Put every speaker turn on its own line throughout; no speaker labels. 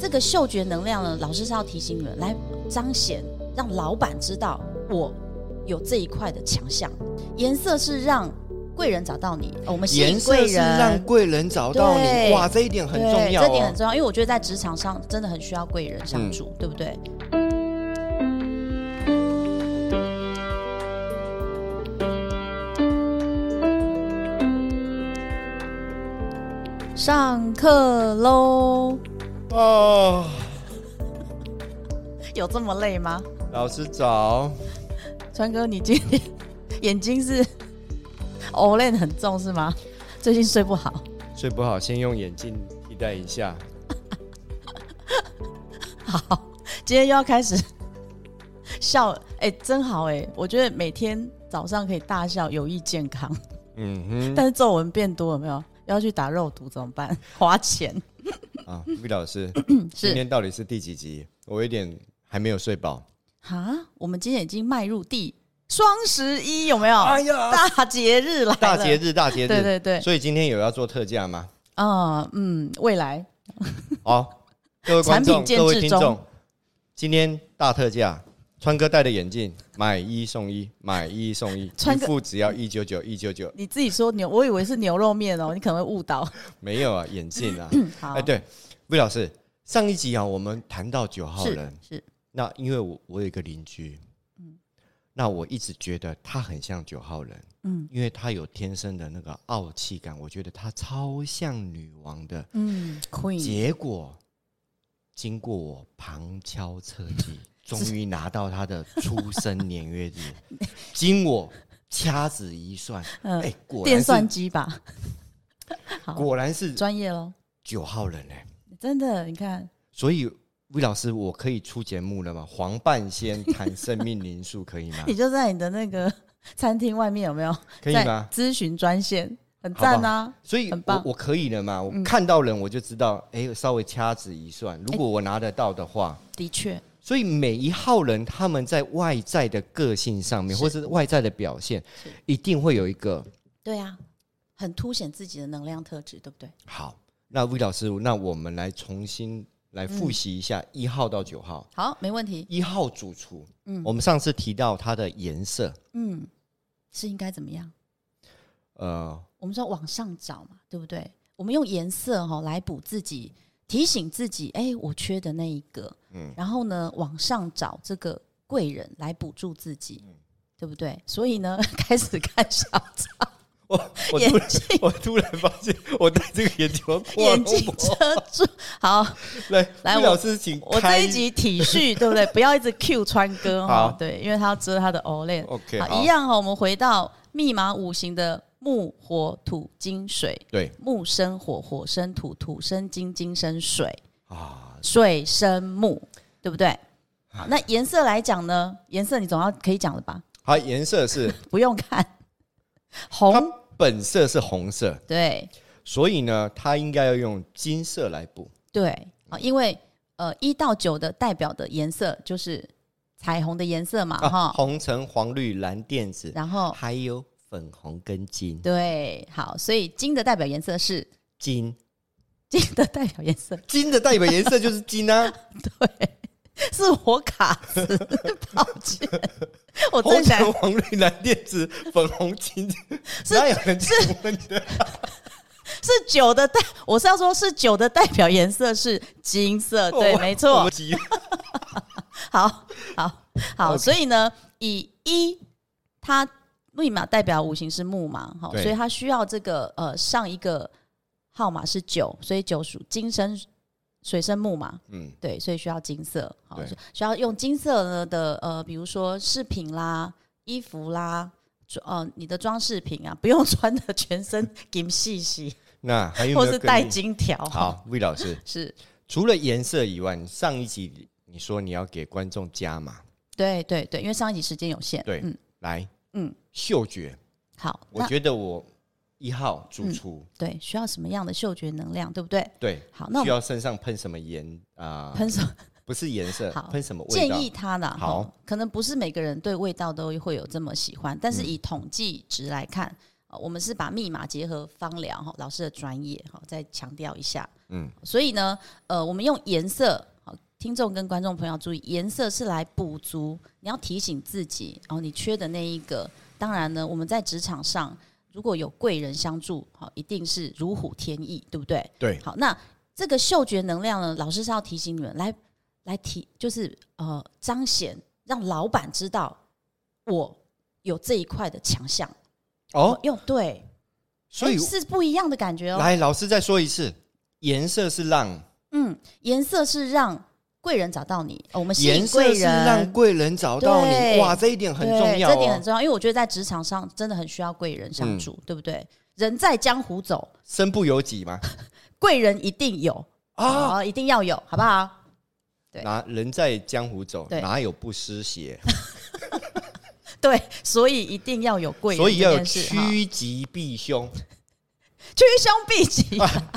这个嗅觉能量呢，老师是要提醒你们来彰显，让老板知道我有这一块的强项。颜色是让贵人找到你，哦我们吸
颜
引
色
贵
是让
人。
贵人找到你，
对
哇，这一点很
对
重要、哦，
这点很重要，因为我觉得在职场上真的很需要贵人相
嗯
助，对不对？上课喽，
哦。
有这么累吗？
老师早，
川哥，你今天眼睛是 o l e n 很重是吗？最近睡不好。
睡不好，先用眼镜替代一下。
好，今天又要开始笑，哎、真好哎、我觉得每天早上可以大笑，有益健康。
嗯
但是皱纹变多有没有？要去打肉毒怎么办？花钱。
哼，啊，魏老师，
嗯
今
是
天到底是第几集？我有点还没有睡饱。
啊，我们今天已经迈入第双十一，有没有？
哎呀，
大节日来了，
大节，日，大节日，
对对对，
所以今天有要做特价吗？
啊、嗯，未来
好，各位观众
产品，建制
各位听众
中，
今天大特价，川哥戴的眼镜买一送一，买一送一，
川
一
哥
副只要一九九一九九，
你自己说牛，我以为是牛肉面哦，你可能会误导。
没有啊，眼镜啊，
好，
哎，对，魏老师，上一集啊，我们谈到九号人，
是嗯是，
那因为我我有一个邻居，那我一直觉得他很像九号人，
嗯
因为他有天生的那个傲气感，我觉得他超像女王的，
嗯，Queen
结果经过我旁敲侧击， 终于拿到他的出生年月日。 经我掐指一算，哎、
嗯
果
电
然
算
是嗯
机吧，好
果然是
专业喽，
九号人哎、
真的，你看
所以魏老师，我可以出节目了吗？黄半仙谈生命灵数可以吗
你？就 在你的那个 餐厅外面有没有？
啊可以
在
吗？
咨询专线很赞啊！
所以
很
我
棒
我可以了嘛？我
嗯哎
看到人我就知道，哎、稍微掐指一算，如果我拿得到的话，
的确，
所以每一号人他们在外在的个性上面，
是
或是外在的表现
是，
一定会有一个
对啊，很凸显自己的能量特质，对不对？
好。那魏老师，那我们来重新来复习一
嗯
下一号到九号。
好，没问题。
一号主厨，
嗯
我们上次提到它的颜色，
嗯，是应该怎么样？
呃，
我们说往上找嘛，对不对？我们用颜色哈、来补自己，提醒自己，哎，我缺的那一个。
嗯
然后呢，往上找这个贵人来补助自己，
嗯
对不对？所以呢， 开始看小抄。
我 我
眼
突然我突然发现我戴这个眼镜我 过
眼
了
睛遮住。好，
来，
来
魏
我
老师请
我
开
这一集体恤，对不对？不要一直 Q 川哥
好
哈，对，因为他要遮他的 OLED。
OK
好，一样哈，我们回到密码五行的木、火、土、金、水。
对
木生火，火生土，土生金，金生水，
啊，
水生木，对不对？好，那颜色来讲呢？颜色你总要可以讲了吧？
它颜色是
不用看，
它
红，
本色是红色，
对，
所以呢，它应该要用金色来补。
对啊，因为呃，一到九的代表的颜色就是彩虹的颜色嘛，哈、
啊，红橙黄绿蓝靛紫，
然后
还有粉红跟金，
对，好，所以金的代表颜色是
金
金的代表颜色，
金的代表颜色就是金啊，
对，是我卡词， 抱歉， 我
红
正想
橙黄绿蓝靛紫粉红金，哪有人这样问的？
是九的代，我是要说是九的代表颜色是金色，对，
我
没
我
错
们，急
好好好
OK
所以呢，以一它木马代表五行是木嘛，好，
对
所以它需要这个呃上一个号码是九，所以九属金生水生木嘛，
嗯，
对，所以需要金色，好
对，
需要用金色呢的呃，比如说饰品啦、衣服啦。装呃，你的装饰品啊，不 用穿的全身金细细，
那还有
或
没有
是
更
戴金条，
好，魏老师，
是
除了颜色以外，上一集你说你要给观众加码，
对对对，因为上一集时间有限，
对
嗯，
来，
嗯，
嗅觉，
好，
我
那
觉得我一号主厨，
对，需要什么样的嗅觉能量，对不对？
对，
嗯好，那我
需
们
要身上喷什么盐啊？
喷手
不是颜色
好，
喷什么味
建
道？
议他呢，
好嗯
哈可能不是每个人对味道都会有这么喜欢，但是以统计值来看，呃我们是把密码结合芳疗哈老师的专业哈，再强调一下。
嗯，
所以呢，呃，我们用颜色，好，听众跟观众朋友要注意，颜色是来补足，你要提醒自己，然后你缺的那一个。当然呢，我们在职场上如果有贵人相助，好，一定是如虎添翼，对不对？
对，
好，那这个嗅觉能量呢，老师是要提醒你们来来提，就是呃彰显，让老板知道我有这一块的强项。
哦，，
用对，
所以
诶哎是不一样的感觉哦。
来，老师再说一次，颜色是让
嗯，颜色是让贵人找到你，哦我们吸
颜
引
色
贵
是让
人。
贵人找到你，
对
哇，这一点很重
对
要、哦，嗯
这点很重要，因为我觉得在职场上真的很需要贵人相助，对不对？人在江湖走，
身不由己嘛。
贵人一定有
啊，
哦一定要有，好不好？ 对
哪人在江湖走，
对
哪有不湿鞋？
对，所以一定要有贵人
所以要
这
有
件事，哈
趋吉避凶，
趋凶避吉。
啊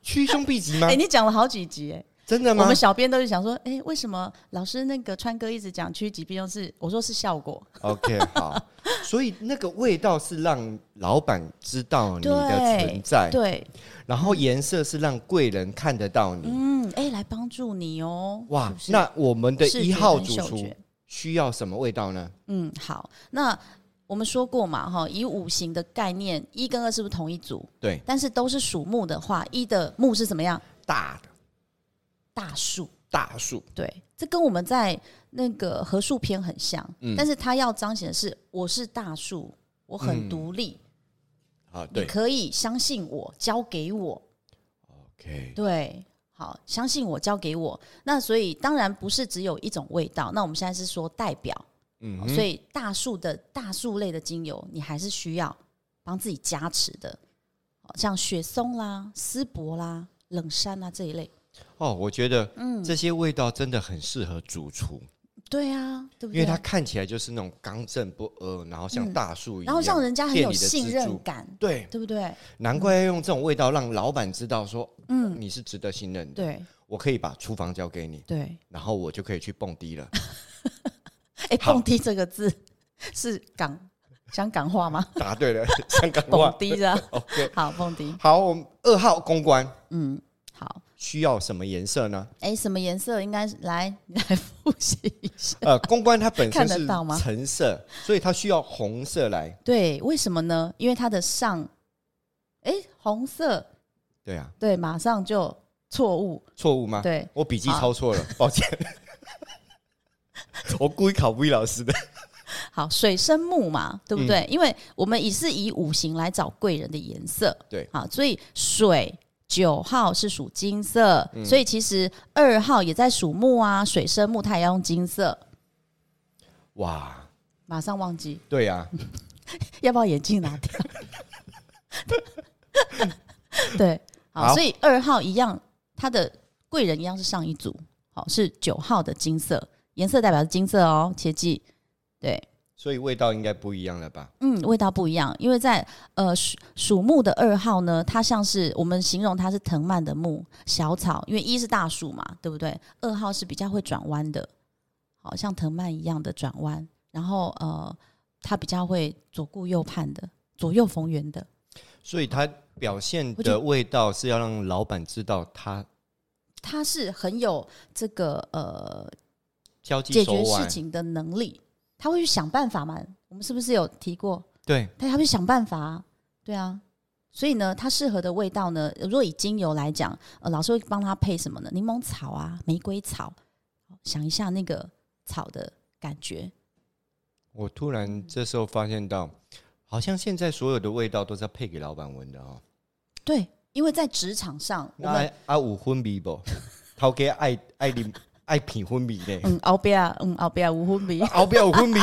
趋凶避吉 吗
哎、？你讲了好几集哎、
啊真的
我
吗
们？小编都是想说，哎、为什么老师那个川哥一直讲趋吉避凶是？我说是效果，
OK，好， 所以那个味道是让老板知道你的存在，
对，
然后颜色是让贵人看得到你。
嗯，哎、来帮助你哦、
哇
是不，是
那我们的
视觉
一号
跟
主
嗅
厨
觉
需要什么味道呢？
嗯，好，那我们说过嘛，哈，以五行的概念，一跟二是不是同一组？
对，
但是都是属木的话，一的木是怎么样？
大的
大树，
大树，
对，这跟我们在那个合数篇很像，
嗯
但是它要彰显的是我是大树，我很
嗯
独立，
啊，
你
对
可以相信我，交给我，
，OK，
对，好，相信我，交给我。那所以当然不是只有一种味道，那我们现在是说代表，
嗯
好
哼，
所以大树的大树类的精油，你还是需要帮自己加持的，好像雪松啦、丝柏啦、冷杉啊这一类。
哦，我觉得
嗯，
这些味道真的很适合主厨，
对啊，对不对？
因为它看起来就是那种刚正不阿，然后像
嗯
大树一
然
样，
后让人家很
店
有
里的
信
支
任
柱
感，
对，
对不对？
难怪要用这种味道让老板知道说
嗯，
你是值得信任的，
对
我可以把厨房交给你，
对。
然后我就可以去蹦迪 了，
哎，
好
蹦迪这个字 是港香港话吗？
答对 了，香港
蹦
话。
迪的，
OK，
好，蹦迪，
好，我们二号公关
嗯，好。
需要什么颜色呢？
哎，什么颜色？应该是来， 你来复习一下。
呃，公关它本身
看得
是
到吗
橙色，所以它需要红色来。
对，为什么呢？因为它的上，哎，红色，
对啊，
对，马上就错误，
错误吗？
对，
我笔记
好
抄错 了，抱歉。我故意考魏老师的。
好，水生木嘛，对不对？因为我们也是以五行来找贵人的颜色，
对，
好，所以水九号是属金色，所以其实二号也在属木啊，水生木它也要用金色。
哇，
马上忘记，
对啊，
要不要眼镜拿掉？对，好，
好
所以二号一样，它的贵人一样是上一组，好是九号的金色，颜色代表是金色哦，切记。对，
所以味道应该不一样了吧？
嗯，味道不一样，因为在呃属属木的二号呢，它像是我们形容它是藤蔓的木小草，因为一是大树嘛，对不对？二号是比较会转弯的，好像藤蔓一样的转弯，然后呃，它比较会左顾右盼的，左右逢源的，
所以它表现
我觉
的味道是要让老板知道他
它是很有这个呃
交际
解
手
决事
腕，
情的能力，他会去想办法嘛。我们是不是有提过？
对，
但他会想办法、啊，对啊。所以呢，它适合的味道呢，如果以精油来讲，呃，老师会帮他配什么呢？柠檬草啊，玫瑰草，想一下那个草的感觉，
我突然
嗯
这时候发现到，好像现在所有的味道都是要配给老板闻的哦。
对，因为在职场上，我们
那哎啊阿五昏迷不？头家爱爱啉爱品昏迷呢？
嗯，奥比亚，嗯，奥比亚无婚 比，
后边有昏迷，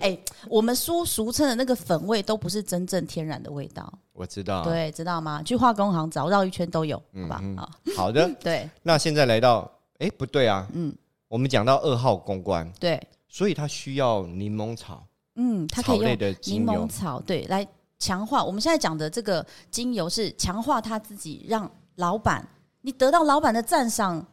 哎、我们说俗称的那个粉味都不是真正天然的味道，
我知道。，啊
对，知道吗？去化工行找绕一圈都有，好吧？
嗯哼
啊、
好的。
对
那现在来到，哎，不对啊，嗯，我们讲到二号公关，
对，
所以它需要柠檬草
嗯，它可
草
以用
类的
柠
精
檬
油，
草，对，来强化。我们现在讲的这个精油是强化他自己，让老板你得到老板的赞赏，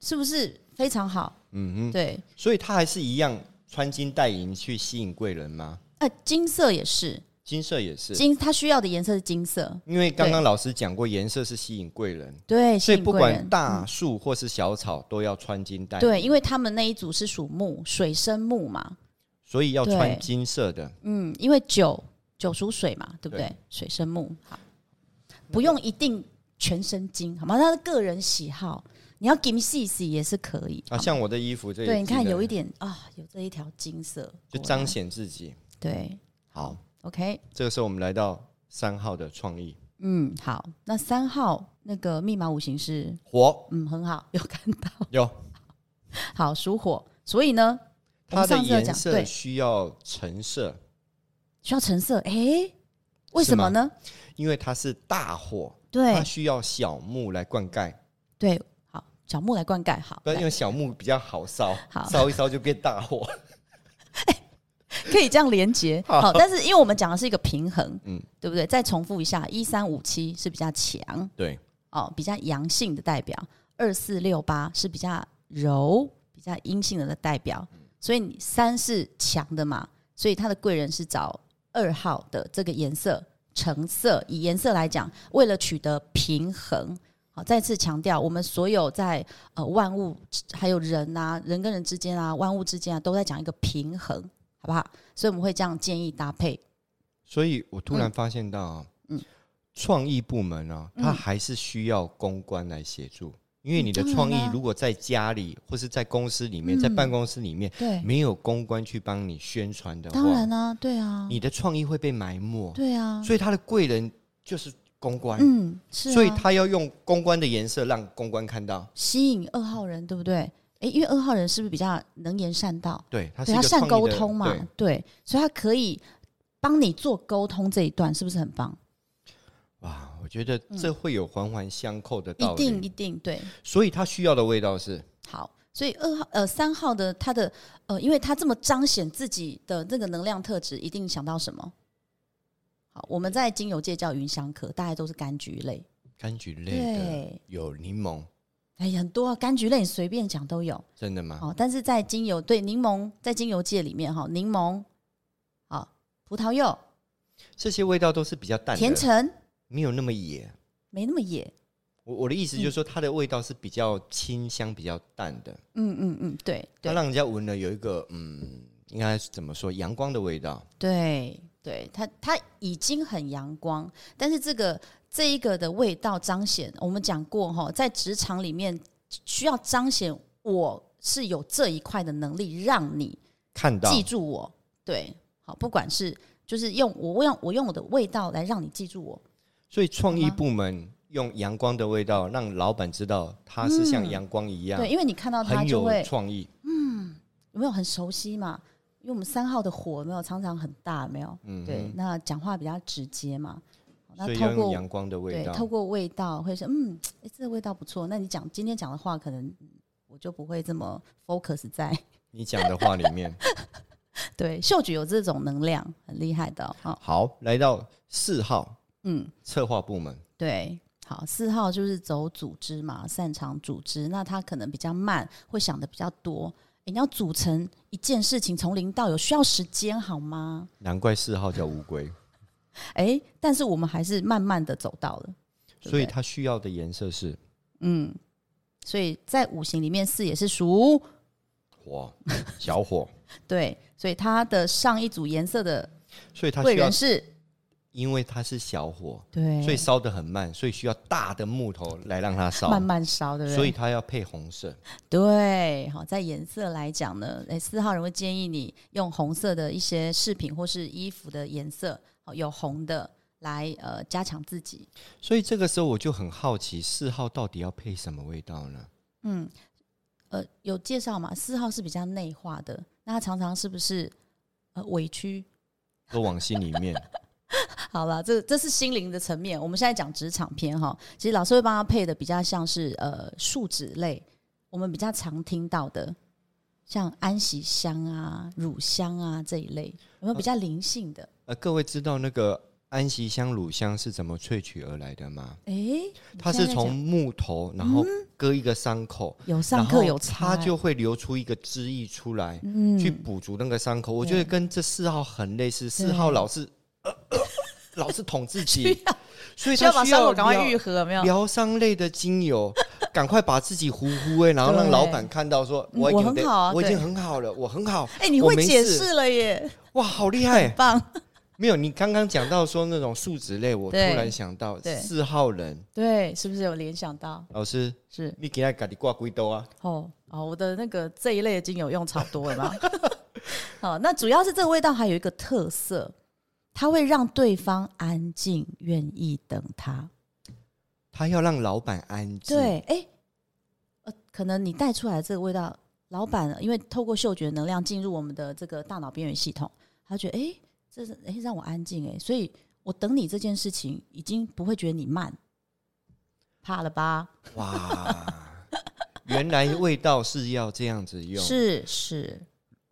是不是非常好？
嗯哼，
对，
所以它还是一样穿金戴银去吸引贵人吗？
呃那、金色也是，
金色也是，
金它需要的颜色是金色，
因为刚刚老师讲过，颜色是吸引贵人，
对，
所以
吸引
不
贵
管
人嗯
大树或是小草，都要穿金戴银。
对，因为他们那一组是属木，水生木嘛，
所以要穿
对
金色的。
嗯，因为九九属水嘛，对不对？
对
水生木，好，不用一定全身金，好吗？他的个人喜好，你要 give me 细细也是可以。
啊，
好吗
像我的衣服这里，
对，你看有一
点
点啊，有这一条金色，
就
果
彰
然
显自己。
对
好，
，OK，
这个时候我们来到三号的创意
嗯，好，那三号那个密码五行是，
火
嗯，很好，有看到，
有
好，属火，所以呢，我
它
们
的
上次有
颜
讲
色
对
需要橙色，
需要橙色，诶，为
是
什么
吗
呢？
因为它是大火，
对
它需要小木来灌溉。
对，好，小木来灌溉，好，
不然
来
用小木比较好烧
好，
烧一烧就变大火。
可以这样连接。
好
好，但是因为我们讲的是一个平衡，
嗯
嗯，对不对？再重复一下，一三五七是比较强
对，
哦，比较阳性的代表；二四六八是比较柔、比较阴性的代表。
嗯
所以你三是强的嘛，所以他的贵人是找二号的这个颜色橙色。以颜色来讲，为了取得平衡。好，再次强调，我们所有在呃万物还有人啊，人跟人之间啊，万物之间啊，都在讲一个平衡，好不好？所以我们会这样建议搭配。
所以我突然发现到啊，
嗯
创意部门啊，它还是需要公关来协助，因为你的创意
嗯当然啦
如果在家里或是在公司里
嗯
面，在办公室里面
对，
没有公关去帮你宣传的
当
话
然，啊，对啊，
你的创意会被埋没。
对啊，
所以他的贵人就是公关，
嗯，是、啊，
所以他要用公关的颜色让公关看到。
吸引二号人，对不对？诶，因为二号人是不是比较能言善道？
对，他
对
是一
他
个
善
创意
沟
的
通嘛
对，
对，所以他可以帮你做沟通这一段，是不是很棒？
哇，我觉得这会有环环相扣的
嗯
道
一
理。
定一定对，
所以他需要的味道是
好。所以二号呃三号的他的呃，因为他这么彰显自己的这个能量特质，一定想到什么？好，我们在精油界叫芸香科，大概都是柑橘类，
柑橘类的，
对，
有柠檬，
哎，很多啊柑橘类你随便讲都有。
真的吗？
哦，但是在精油对柠檬，在精油界里面哈，柠檬，啊、葡萄柚、
这些味道都是比较淡的，
甜橙
没有那么野。
没那么野，
我我的意思就是说，它的味道是比较清香、比较淡的，
嗯嗯嗯，对
它
对
让人家闻了有一个嗯，应该是怎么说，阳光的味道。
对对，它它已经很阳光，但是这个这一个的味道彰显，我们讲过哈，在职场里面需要彰显我是有这一块的能力，让你
看到
记住我，对，好，不管是就是用我用我用我的味道来让你记住我，
所以创意
好吗
部门用阳光的味道，让老板知道他是像阳光一样，
嗯对，因为你看到它
很
就会
有创意。
有没有很熟悉嘛？因为我们三号的火有没有常常很大，有没有？
嗯，
对，，那讲话比较直接嘛。哦那
所以要
透
用
过
阳光的味
对
道。
透过味道会说，嗯，诶这个味道不错。那你讲今天讲的话，可能嗯我就不会这么 focus 在
你讲的话里面，
对嗅觉有这种能量，很厉害的哦好、
好，来到四号
嗯，
策划部门，
对。好，四号就是走组织嘛，擅长组织，那他可能比较慢，会想的比较多。诶你要组成一件事情从零到有，需要时间好吗？
难怪四号叫乌龟，
哎、但是我们还是慢慢的走到了，对不对
所以它需要的颜色是
嗯，所以在五行里面四也是属
火，小火，
对，所以它的上一组颜色的
所以它
贵
需要
人，是
因为它是小火，
对，
所以烧得很慢，所以需要大的木头来让它烧，
慢慢烧，对不对？
所以它要配红色。
对，好，在颜色来讲呢，哎，四号人会建议你用红色的一些饰品或是衣服的颜色，好有红的来呃加强自己。
所以这个时候我就很好奇，四号到底要配什么味道呢？
嗯，呃，有介绍嘛？四号是比较内化的，那他常常是不是呃委屈？
都往心里面，
好了，这这是心灵的层面。我们现在讲职场篇哈，其实老师会帮他配的比较像是呃树脂类，我们比较常听到的，像安息香啊、乳香啊这一类，有没有比较灵性的？
呃，各位知道那个安息香、乳香是怎么萃取而来的吗？
诶，你
它
现
是
在在
从
讲
木头，然后割一个伤口，
有上
然
课
后
有差
它
欸
就会流出一个汁液出来，去
嗯
补足那个伤口。我
对
觉得跟这四号很类似，四
对
号老是 老是捅自己
需，要
所以
需要
他
把
需
伤
要
口赶快
疗
愈合，有没有？
疗伤类的精油， 赶快把自己呼呼哎，然后让
对
老板看到说，
嗯
已经
我很
得
好啊
我已经
对
很好了，我很好。
哎、你
我
会
没
解
事哎
释了耶，
哇，好 厉害！
棒。
没有，你刚刚讲到说那种数值类，我突
对
然想到
对
四号人
对，是不是有联想到？
老师，
是
你给他搞的挂龟兜啊？
哦哦，我的那个这一类的精油用超多 了嘛。好，那主要是这个味道还有一个特色，它会让对方安静，愿意等他。
他要让老板安静，
对，哎、呃，可能你带出来这个味道，老板因为透过嗅觉能量进入我们的这个大脑边缘系统，他觉得哎、诶这是哎、诶让我安静哎、诶所以我等你这件事情已经不会觉得你慢，怕了吧？
哇，原来味道是要这样子 用。
是是，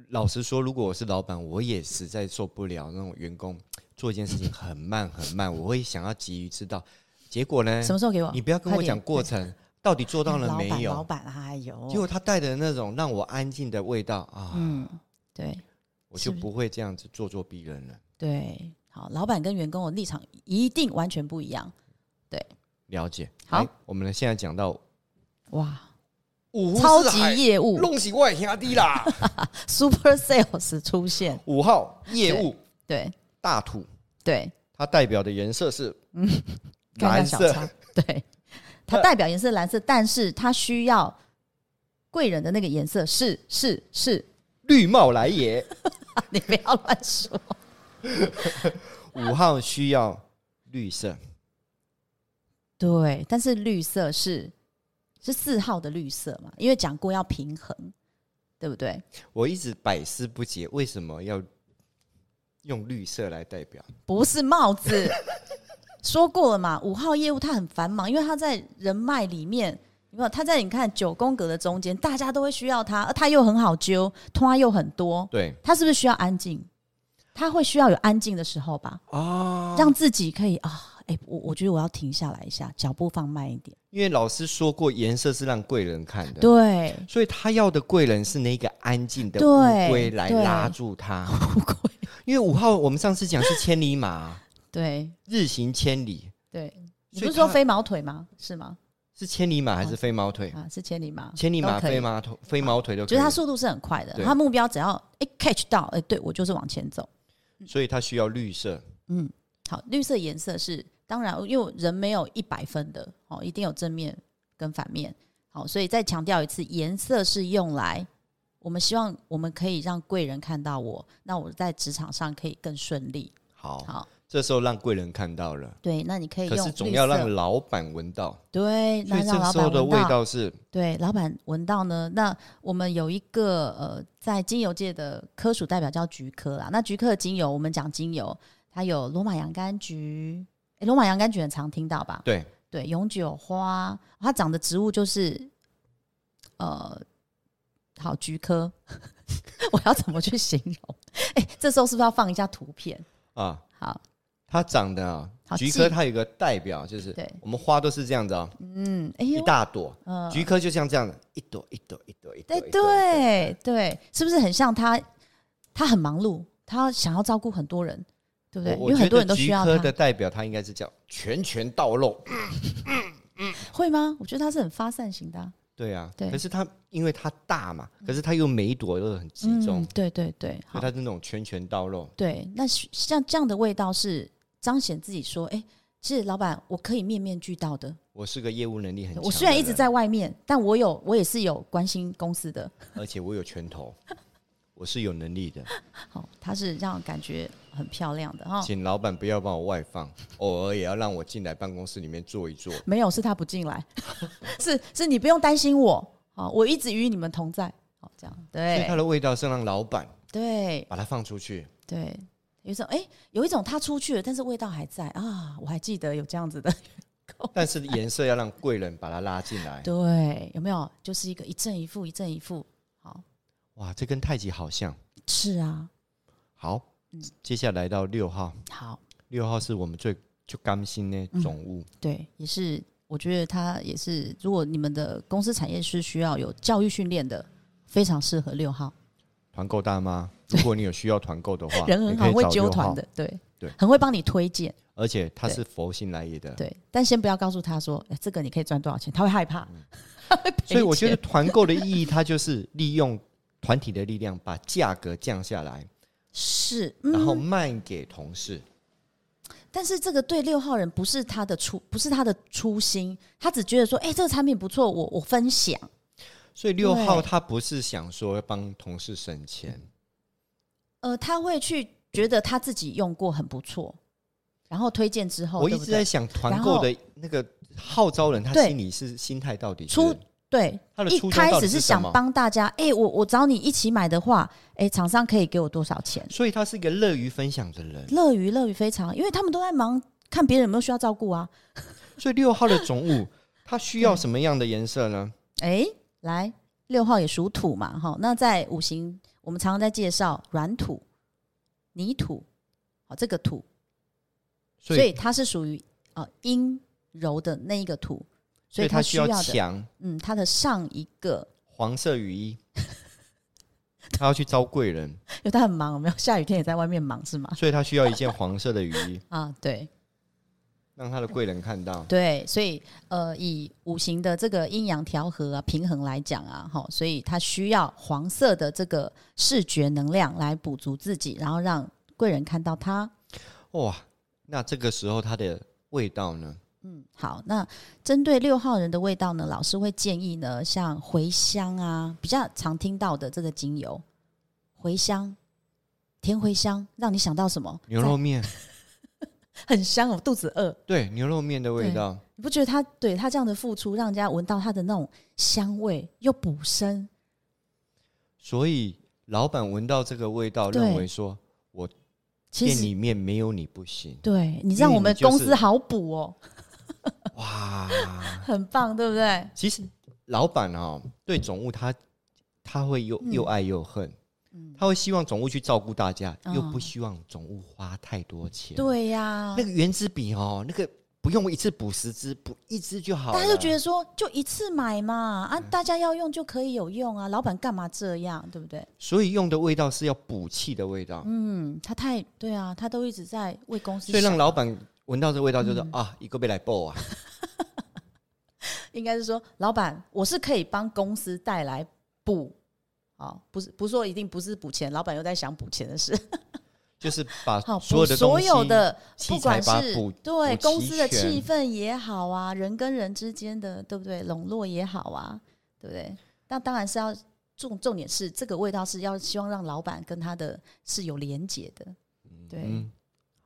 老实说，如果我是老板，我也实在受不了那种员工做一件事情很慢很慢，我会想要急于知道结果呢
什。么时候给我？
哎你不要跟
快
我
点
讲过程，到底做到了没
老
有？
板，老板，哎呦，
结果他带的那种让我安静的味道啊，
嗯，对
我就是
不是
不会这样子咄咄逼人了。
对，好，老板跟员工的立场一定完全不一样。
了解。
好
来，我们现在讲到
哇，
五湖
超
四海
级业务
弄起外兄弟 啦。
Super Sales 出现，
五号业务
对
大土，
对，
它代表的颜色是
看嗯 看
蓝
小
色。
抄， 对，它代表颜色蓝色，但是它需要贵人的那个颜色是是是，啊
绿帽来也。
你不要乱说，
五号需要绿色，
对，但是绿色是是四号的绿色嘛，因为讲过要平衡，对不对？
我一直百思不解，为什么要用绿色来代表？
不是帽子。 说过了嘛，五号业务他很繁忙，因为他在人脉里面，有没有？他在你看九宫格的中间，大家都会需要他，而他又很好揪，通话又很多，
对
他是不是需要安静？他会需要有安静的时候吧，
啊，
让自己可以啊，哎、我我觉得我要停下来一下，脚步放慢一点。
因为老师说过，颜色是让贵人看的，
对，
所以他要的贵人是那个安静的
对
乌龟来
对
拉住他。
不 贵，
因为五号我们上次讲是千 里马，
对
日行千里，
对，你
所
不
以
是说
他
飞毛腿吗？是吗？
是千里马还是飞毛腿？
啊，是千里马，
千里马、
都可以
飞毛腿、飞毛腿都可
就是他
以，
速度是很快的，
对
他目标只要哎、catch 到，哎、对我就是往前走。
所以他需要绿色。
嗯，好，绿色颜色是当然，因为人没有一百分的哦，一定有正面跟反面。好，所以再强调一次，颜色是用来我们希望我们可以让贵人看到我，那我在职场上可以更顺利。
好，
好，
这时候让贵人看到了，
对，那你可以
哦可
用
是
绿色，
总要让老板闻到，
对，
所
那
以这
让老
时
板
候的
闻
味
到，
道是
对，老板闻到呢。那我们有一个呃，在精油界的科属代表叫菊科啦。那菊科的精油，我们讲精油，它有罗马洋甘菊，诶罗马洋甘菊很常听到吧？
对。
对，永久花，它长的植物就是，呃，好菊科， 我要怎么去形容？哎、这时候是不是要放一下图片？
啊，
好，
它长得啊，
好
菊
记
科它有一个代表，就是
对
我们花都是这样子啊，
嗯，哎
一
呦，
大朵，
嗯、
菊科就像这样的，一朵一朵一朵一
对，
朵一朵一朵
哎对对，是不是很像他？他很忙碌，他想要照顾很多人，对不对？
我
因为很多人
我
都
觉
需
得
要
菊科
他
的，代表，它应该是叫拳拳到肉。
会吗？我觉得他是很发散型的啊、
对啊，
对
可是它因为它大嘛，可是它又每一朵都很集中
嗯，，对对对，
所以
好，
它是那种拳拳到肉。
对，那是像这样的味道是彰显自己说，哎，其实老板我可以面面俱到的，
我是个业务能力很强，
我虽然一直，在外面，但我有我也是有关心公司的。
而且我有拳头， 我是有能力的，
好，它是让感觉很漂亮的哈、
请老板不要把我外放，偶尔也要让我进来办公室里面坐一坐。
没有，是他不进来， 是是你不用担心我，好，我一直与你们同在。好，这样
所以
对
它的味道是让老板
对
把它放出去。
对，有一种哎，有一种他出去了，但是味道还在啊，我还记得有这样子的。
但是颜色要让贵人把它拉进来。
哦对，有没有？就是一个一正一负，一正一负。好，
哇，这跟太极好像。
是啊，
好，
嗯
接下来到六号，
好，
六号是我们最就甘心的总物，
对，也是，我觉得它也是，如果你们的公司产业是需要有教育训练的，非常适合六号。
团购大妈如果你有需要团购的 话，
人很好，
你可以
会
找
揪
六
团
号，
的，对
对
很会帮你推荐，
而且他是佛心来也的，
对。但先不要告诉他说，哎，这个你可以赚多少钱，他会害怕， 他会赔
嗯所以我觉
钱
得团购的意义，它就是利用团体的力量把价格降下来，
是，
然后
嗯。
卖给同事。
但是这个对六号人不是他的初，不是他的初心，他只觉得说，哎，这个产品不错，我我分享。
所以六号
对
他不是想说要帮同事省钱，
呃，他会去觉得他自己用过很不错，然后推荐之后，
我一
哦对不
直在
对
想团购的那个号召人，他
对
心里是心态到底是
出对，
他的
一
初衷
开
到底
始
是什
想
么？
帮大家，哎、我我找你一起买的话，哎、厂商可以给我多少钱？
所以他是一个乐于分享的人。
乐于乐于非常，因为他们都在忙，看别人有没有需要照顾啊。
所以六号的总务，他
嗯
需要什么样的颜色呢？
哎、来六号也属土嘛，哈，那在五行我们常常在介绍软土、泥土，好这个土，
所
所
以
以它是属于呃阴柔的那一个土，所以
他
它
需
需要的，
强
嗯，它的上一个，
黄色雨衣，他要去招贵人，
因为它很忙，有没有？下雨天也在外面忙是吗？
所以他需要一件黄色的雨衣，
啊，对，
让他的贵人看到。
对，所以呃，以五行的这个阴阳调和啊、平衡来讲啊，哈，所以它需要黄色的这个视觉能量来补足自己，然后让贵人看到它。
哇，那这个时候它的味道呢？
嗯，好，那针对六号人的味道呢，老师会建议呢，像茴香啊，比较常听到的这个精油，茴香、甜茴香，让你想到什么？
牛肉面，
很香，我肚子饿。
对，牛肉面的味道。
你不觉得他对他这样的付出，让人家闻到他的那种香味，又补身？
所以老板闻到这个味道，
对
认为说
其
店
实
里面没有你不行。
对你
因
让
为
我
你
们
就
公
是嗯
司好补哦，
哇，
很棒，对不 对？
其实老板哦，对总务他他会又
嗯
又爱又恨，
嗯，
他会希望总务去照顾大家，
哦
又不希望总务花太多钱。，
对啊呀、
那个原子笔哦，那个不用一次补十支，补一支就好了。嗯
大家就觉得说，就一次买嘛，啊，大家要用就可以有用啊，老板干嘛这样，对不对？
所以用的味道是要补气的味道，
嗯，他太对啊，他都一直在为公司
所以让
想
老板闻到这味道就是、
嗯
啊，一个被来爆 啊。
应该是说，老板，我是可以帮公司带来补。哦，不是，不是说一定不是补钱，老板又在想补钱的事。
就是把
好，
所有
补
的
所
东西，
有的，
器
不
材
管
把它
是
补
对
补
公
齐
司的气
全
氛也好啊，人跟人之间的对不对笼络也好啊，对不对？那当然是要重重点是这个味道是要希望让老板跟他的是有连结的，对、
嗯，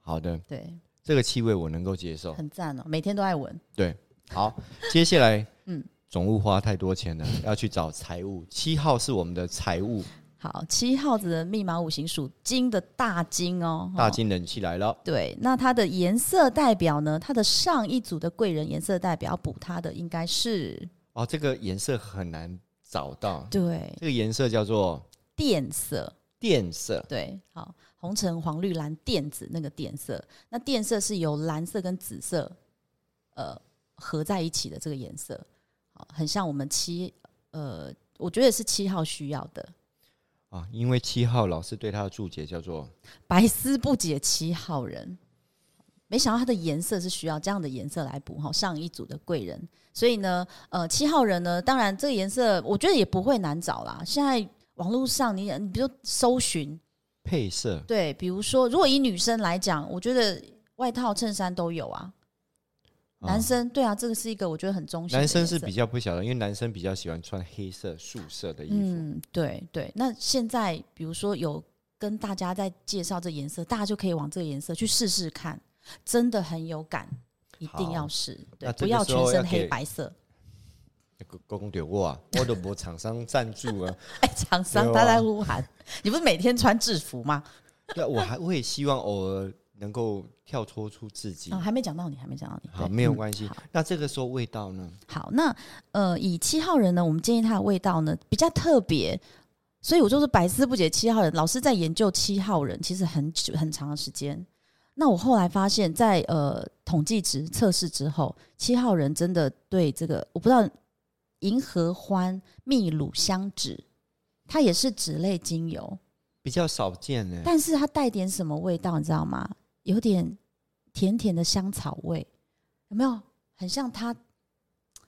好的，
对，
这个气味我能够接受。
很赞哦，每天都爱闻，
好，接下来，嗯
嗯，
总务花太多钱了，要去找财务。七号是我们的财务，
好，七号子的密码五行属金的大金哦，
大
哦
金人气来了。
对，那它的颜色代表呢？它的上一组的贵人颜色代表补它的应该是
哦，这个颜色很难找到，
对
这个颜色叫做
靛色，
靛色。
对，好，红橙黄绿蓝靛紫那个靛色，那靛色是由蓝色跟紫色呃合在一起的这个颜色，好，很像我们七呃，我觉得是七号需要的，
啊，因为七号老师对他的注解叫做
百思不解七号人。没想到它的颜色是需要这样的颜色来补哈，上一组的贵人，所以呢，呃，七号人呢，当然这个颜色我觉得也不会难找啦。现在网络上你你比如说搜寻，
配色，
对，比如说如果以女生来讲，我觉得外套、衬衫都有啊。
啊
男生对啊，这个是一个我觉得很中性的
男
颜色。
生是比较不晓得，因为男生比较喜欢穿黑色、素色的衣服。
嗯，对对。那现在比如说有跟大家在介绍这颜色，大家就可以往这个颜色去试试看，真的很有感，一定要
好
试，
那
对，
这
不
个
要
时
全
候要
身黑
给
白色。
公丢我啊，我都无厂商赞助啊，
哎，厂商
有
他
啊
在呼喊，你不是每天穿制服 吗？
那我还我也希望偶尔能够跳脱出自己。
啊、还没讲到你，还没讲到你。
好，
对
没
嗯
有关系。
好
那这个时候味道呢？
好，那呃，以七号人呢，我们建议它的味道呢比较特别，所以我就是百思不解七号人。老师在研究七号人，其实很久很长的时间。那我后来发现在，呃统计值测试之后，七号人真的对这个，我不知道银合欢、秘鲁香脂，它也是脂类精油，
比较少见呢。
但是它带点什么味道，你知道吗？有点甜甜的香草味，有没有？很像它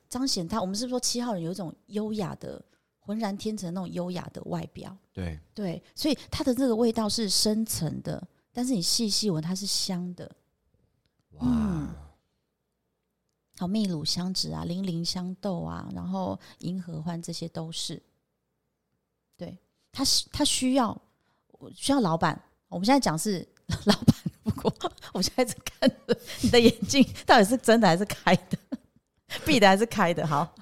彰显它。我们是不是说七号人有一种优雅的、浑然天成那种优雅的外表？
对，
对，所以它的这个味道是深层的，但是你细细闻它是香的，
哇，
嗯好哦秘鲁香脂啊、零陵香豆啊，然后银合欢这些都是。对，它是它需要我需要老板，我们现在讲是 老板，不过我现在在看着你的眼睛到底是真的还是开的，闭的还是开的？好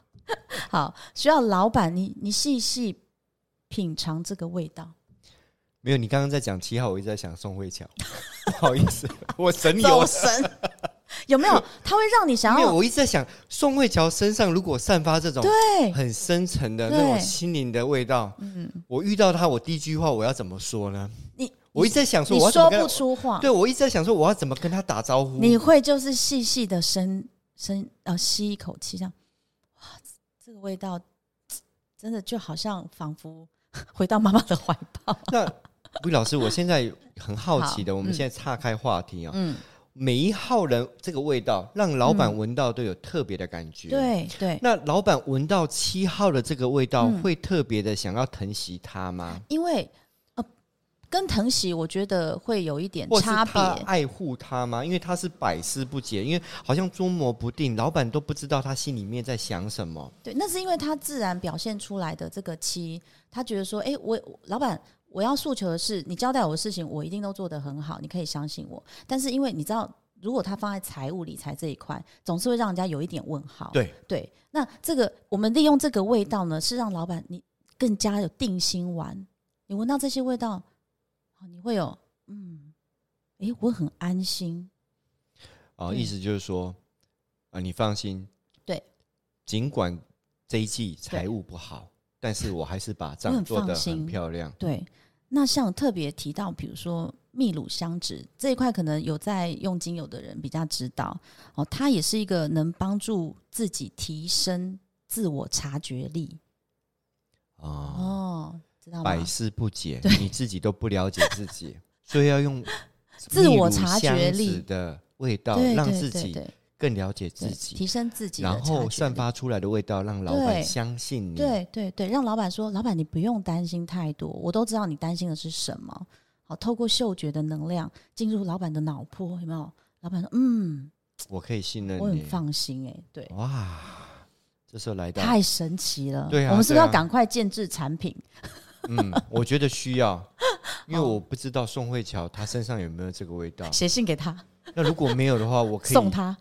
好，需要老板你你细细品尝这个味道。
没有，你刚刚在讲七号，我一直在想宋 慧乔，不好意思，我神游
走。神， 有没有？它会让你想
没有，
要
我一直在想宋慧乔身上如果散发这种
对，
很深沉的
对
那种心灵的味道，
嗯，
我遇到她，我第一句话我要怎么说呢？
你
我一直在想说，
你
我要怎
说
么跟
不
她，
出话，
对我一直在想说，我要怎么跟她打招呼？
你会就是细细的深深呃吸一口气，这样哇，这个味道真的就好像仿佛 回到妈妈的怀 抱。
那魏老师，我现在很好奇的，
好
我
嗯
们现在岔开话题啊、
嗯，
每一号人这个味道，让老板闻到都有特别的感觉。。
对对，
那老板闻到七号的这个味道，
嗯
会特别的想要疼惜他吗？
因为呃，跟藤喜我觉得会有一点
或是
差
他
别。
爱护他吗？因为他是百思不解，因为好像捉摸不定，老板都不知道他心里面在想什么。
对，那是因为他自然表现出来的这个期，他觉得说，哎、我我老板，我要诉求的是你交代我的事情，我一定都做得很好，你可以相信我。但是因为你知道，如果他放在财务理财这一块，总是会让人家有一点问号。
对
对，那这个我们利用这个味道呢，是让老板你更加有定心丸。你闻到这些味道，哦你会有嗯，哎、我很安心。
哦，
嗯
意思就是说，啊、你放心，
对，
尽管这一季财务不好，但是我还是把
我
账
很
做得
放
很
心
漂亮。
对，那像特别提到，比如说秘鲁香脂这一块，可能有在用精油的人比较知道哦，它也是一个能帮助自己提升自我察觉力
哦，
哦，知道吗？
百思不解，你自己都不了解自己，所以要用
自我
秘鲁
察觉
香
力
脂的味道，
对
让
对
自
对
己
对
更了解
对
自己，
提升自己的
然后
察觉
散
力
发出来的味道让老板
对
相信你。
对对对，让老板说，老板你不用担心太多，我都知道你担心的是什么。好，透过嗅觉的能量进入老板的脑波，有没有？老板说，嗯，
我可以信任
我很
你。
放心、欸，哎，对。
哇，这时候来到，
太神奇了！
对啊
我们是不是要
对啊
赶快建制产品？
嗯，我觉得需要，因为
哦
我不知道宋慧乔她身上有没有这个味道。
写信给他，
那如果没有的话，我可
送
以
他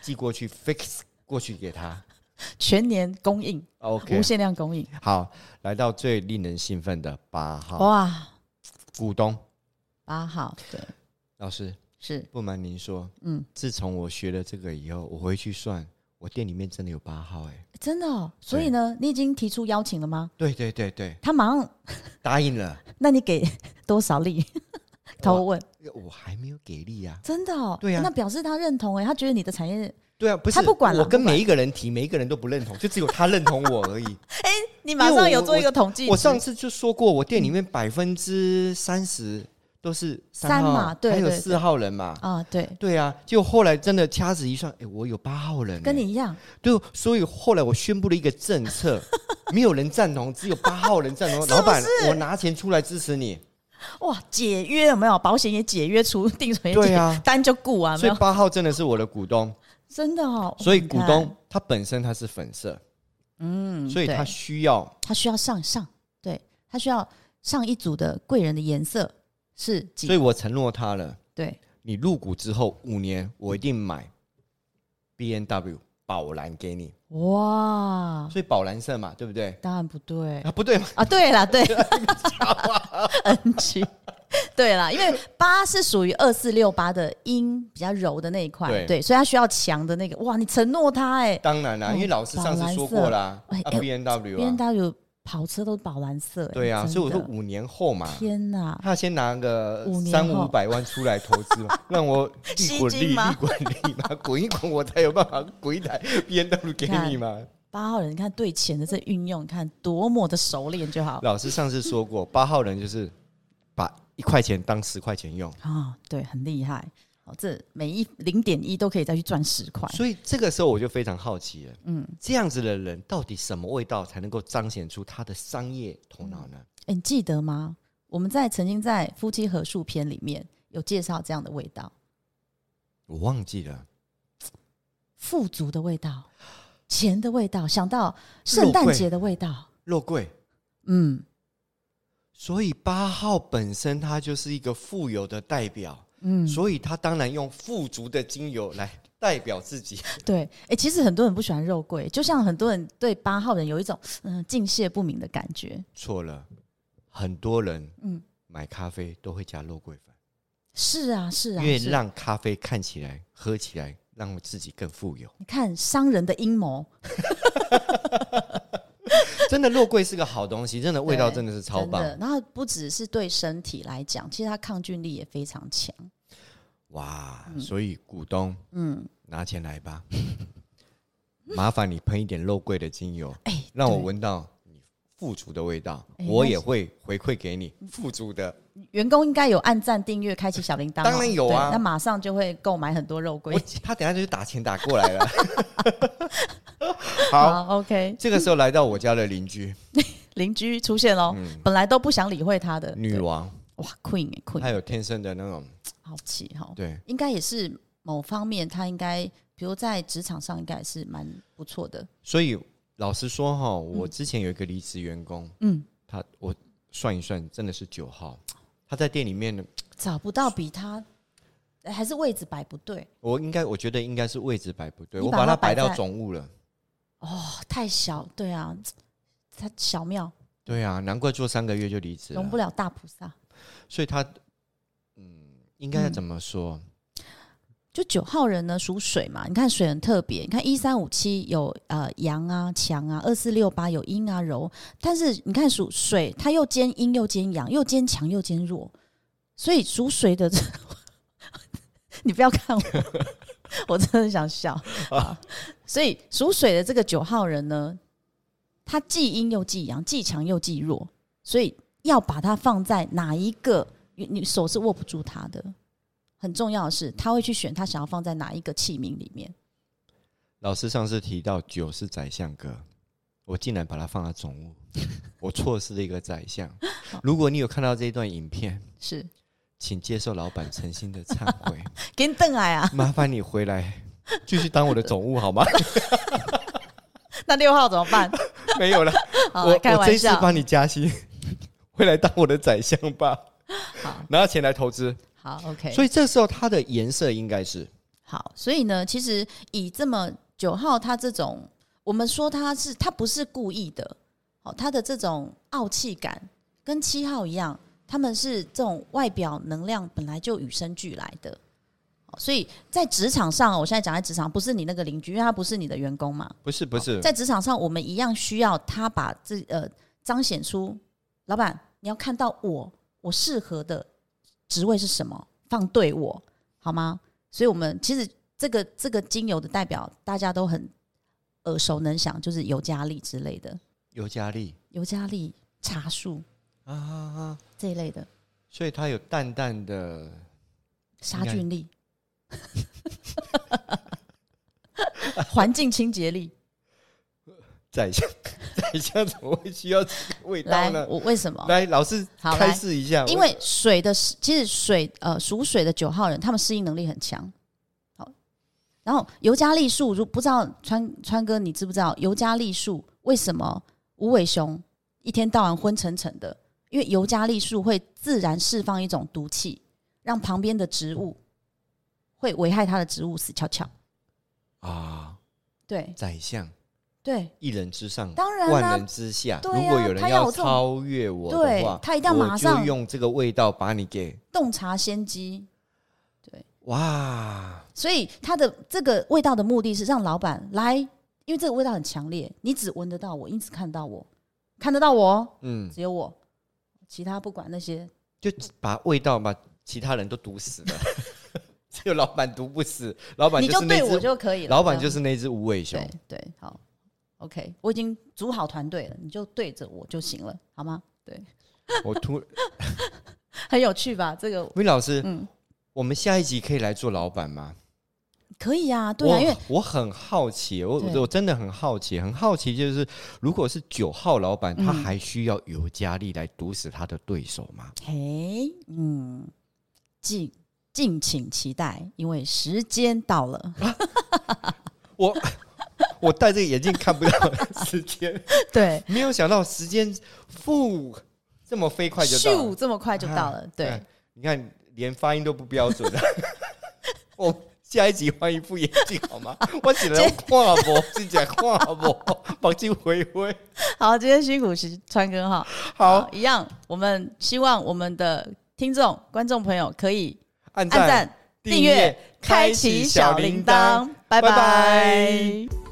寄 过去 fix 过去给她。
全年供应，
OK，
无限量供应。
好，来到最令人兴奋的八号
哇，
股东
八号对，
老师。
是
不瞒您说，
嗯，
自从我学了这个以后，我回去算，我店里面真的有八号哎、
真的哦。所以呢，你已经提出邀请了吗？
对对对对，
他马上，
答应了，
那你给多少 力？偷问，
我还没有给力啊。
真的哦。
对啊
那表示他认同哎，他觉得你的产业，
对啊，不是
他不管了
我跟每一个人提，每一个人都不认同，就只有他认同我 而已。
你
马
马
上
上有
有做
做
一
一
个
个统计。
我上次就说过，我店里面百分之三十都是
三
号
嘛对
还有
对对
四号人嘛。
啊，对，
对啊，就后来真的掐指一算，哎、我有八号人、
跟
哎
你一样，
对，所以后来我宣布了一个政 策，没有人赞同，只有八号人赞同。老板，我拿钱出来支持你。
哇，解约有没有？保险也解约，除定存也解
对啊
约，单就顾啊，有没
所以
有？
八号真的是我的股东，
真的哦。
所以
你
股
看
东，他本身他是粉色，
嗯，
所以
对
他需要
他需要上上，对他需要上一组的贵人的颜色是
所
几？
以我承诺他了，
对，
你入股之后五年，我一定买 B N W 宝蓝给你。
哇，
所以宝蓝色嘛，对不对？
当然不对
啊，不对嘛，
啊！对啦，对，N G，对啦，因为八是属于二四六八的阴比较柔的那一块
对，
对，所以他需要强的那个。哇，你承诺他哎
当然啦，
嗯
因为老师上次说过啦，
宝蓝色哎
啊
哎
，B N W
，B N
啊，
W 跑车都是宝蓝色哎，
对啊，
真
所以我说
的
五啊年后嘛，
天哪，
他先拿个
五年
三
后
五百万出来投资 嘛，让我利
吸
滚
金
利，
吗
利滚利嘛， 滚一滚，我才有办法滚一台 B N W 给你嘛。
八号人，你看对钱的这运用，你看多么的熟练就好。
老师上次说过，八号人就是把一块钱当十块钱用。
啊，对，很厉害。哦，这每一零点一都可以再去赚十块。
所以这个时候我就非常好奇了，
嗯，
这样子的人到底什么味道才能够彰显出他的商业头脑呢？
哎，你记得吗？我们在曾经在《夫妻合宿篇》里面有介绍这样的味道，
我忘记了，
富足的味道，钱的味道，想到圣诞节的味道，
肉桂。
嗯
所以八号本身它就是一个富有的代表，
嗯，
所以他当然用富足的精油来代表自己。
对。哎，其实很多人不喜欢肉桂，就像很多人对八号人有一种嗯敬谢不明的感觉。
错了，很多人
嗯，
买咖啡都会加肉桂粉，
是啊，是啊，
因为
是
让咖啡看起来、喝起来，让自己更富有。
你看商人的阴谋，
真的，肉桂是个好东西，真的味道
对
真的是超
真
棒。
的。然后不只是对身体来讲，其实它抗菌力也非常强。
哇，
嗯
所以股东
嗯，
拿钱来吧， 麻烦你喷一点肉桂的精油，
哎、
让我
对
闻到你富足的味道，
哎
我
那
也
是
会回馈给你富足的。
员工应该有按赞、订阅、开启小铃铛哦，
当然有啊
对那马上就会购买很多肉桂
我。他等下就打钱打过来了。 好，
好，OK，
这个时候来到我家的邻居
邻居出现喽、
嗯
本来都不想理会他的
女
对
王，
哇，Queen 哎 Queen，
她有天生的那种
好奇哈，
对
应该也是某方面，他应该比如在职场上应该也是蛮不错的。
所以老实说哈，我之前有一个离职员工，
嗯，
他我算一算，真的是九号。他在店里面，
找不到比他哎还是位置摆不对
我应该我觉得应该是位置摆不对，
你
我
把
把
它
它摆
摆
到
在
总务了。
哦，太小，对啊，他小庙
对啊，难怪做三个月就离职
容
了
不。了大菩萨。
所以他，嗯，应该要怎么说？
就九号人呢属水嘛，你看水很特别，你看一三五七有呃阳啊强啊，二四六八有阴啊柔，但是你看属水，它又兼阴又兼阳，又兼强又兼弱，所以属水的， 你不要看我， 我真的很想笑啊。所以属水的这个九号人呢，他既阴又既阳，既强又既弱，所以要把它放在哪一个，你你手是握不住它的。很重要的是，他会去选他想要放在哪一个器皿里面。
老师上次提到九是宰相格，我竟然把它放在总 务，我错失了一个宰相。如果你有看到这一段影片，
是，
请接受老板诚心的忏 悔，
给你瞪来啊！
麻烦你回来继续当我的总务 好吗？
那六号怎么 办？
没有了，
好，
我
开
我这
玩
一次
笑。
帮你加薪， 回来当我的宰相吧，
好，
拿钱来投资。
好，OK。
所以这时候它的颜色应该是
好，所以呢，其实以这么九号他这种，我们说他是他不是故意的，哦，他的这种傲气感跟七号一样，他们是这种外表能量本来就与生俱来的。哦所以在职场上，我现在讲在职场，不是你那个邻居，因为他不是你的员工嘛，
不是不是？
在职场上，我们一样需要他把这呃彰显出，老板你要看到我我适合的职位是什么，放对我好吗？所以，我们其实这个这个精油的代表，大家都很耳熟能详，就是尤加利之类的，
尤加利
尤加利、茶树
啊啊啊！
这一类的
所以它有淡淡的
杀菌力、 环境清洁力。
宰 相，宰相怎么会需要这个味道
来，
呢？
我为什么？
来，老师
好
开
来
示一下，
因为水的其实水呃属水的九号人，他们适应能力很强。好，然后尤加利树，如不知道川川哥你知不知道尤加利树为什么无尾熊一天到晚昏沉沉的？因为尤加利树会自然释放一种毒气，让旁边的植物会危害它的植物死翘翘。
啊，
对
宰相
对，
一人之上，
当然啦、
万人之下。
对啊
如果有人
他要有这种
超越我的
对
话，
他一定要马上
我就用这个味道把你给
洞察先机。
哇！
所以它的这个味道的目的是让老板来，因为这个味道很强烈，你只闻得到我，你只看到我，看得到我哦，
嗯，
只有我，其他不管那些。
就把味道把其他人都毒死了， 只有老板毒不死。老板
你
就是
对我
那只，
就可以了。
老板
这
就
样
是那只无尾熊。
对对，好，OK，我已经组好团队了，你就对着我就行了，好吗？对，
我突
很有趣吧？这个
魏老师，
嗯
我们下一集可以来做老板吗？
可以啊，对啊，
我
因为
我很好奇，我
对
我真的很好奇，很好奇，就是如果是九号老板，他
嗯
还需要尤加利来毒死他的对手吗？
嘿，嗯，敬敬请期待，因为时间到 了。
我 我戴这个眼镜看不到时间，
对，
没有想到时间复这么飞快就到
咻，
了。
这么快就到了。对，
哎，你看连发音都不标 准的。我下一集换一副眼镜好 吗？我只能跨博，只讲跨 博，把镜回归。
好，今天辛苦是川哥哈。
好，
一样，我们希望我们的听众、观众朋友可以
按
按
赞、
赞、订阅、开启小铃铛，拜
拜拜
拜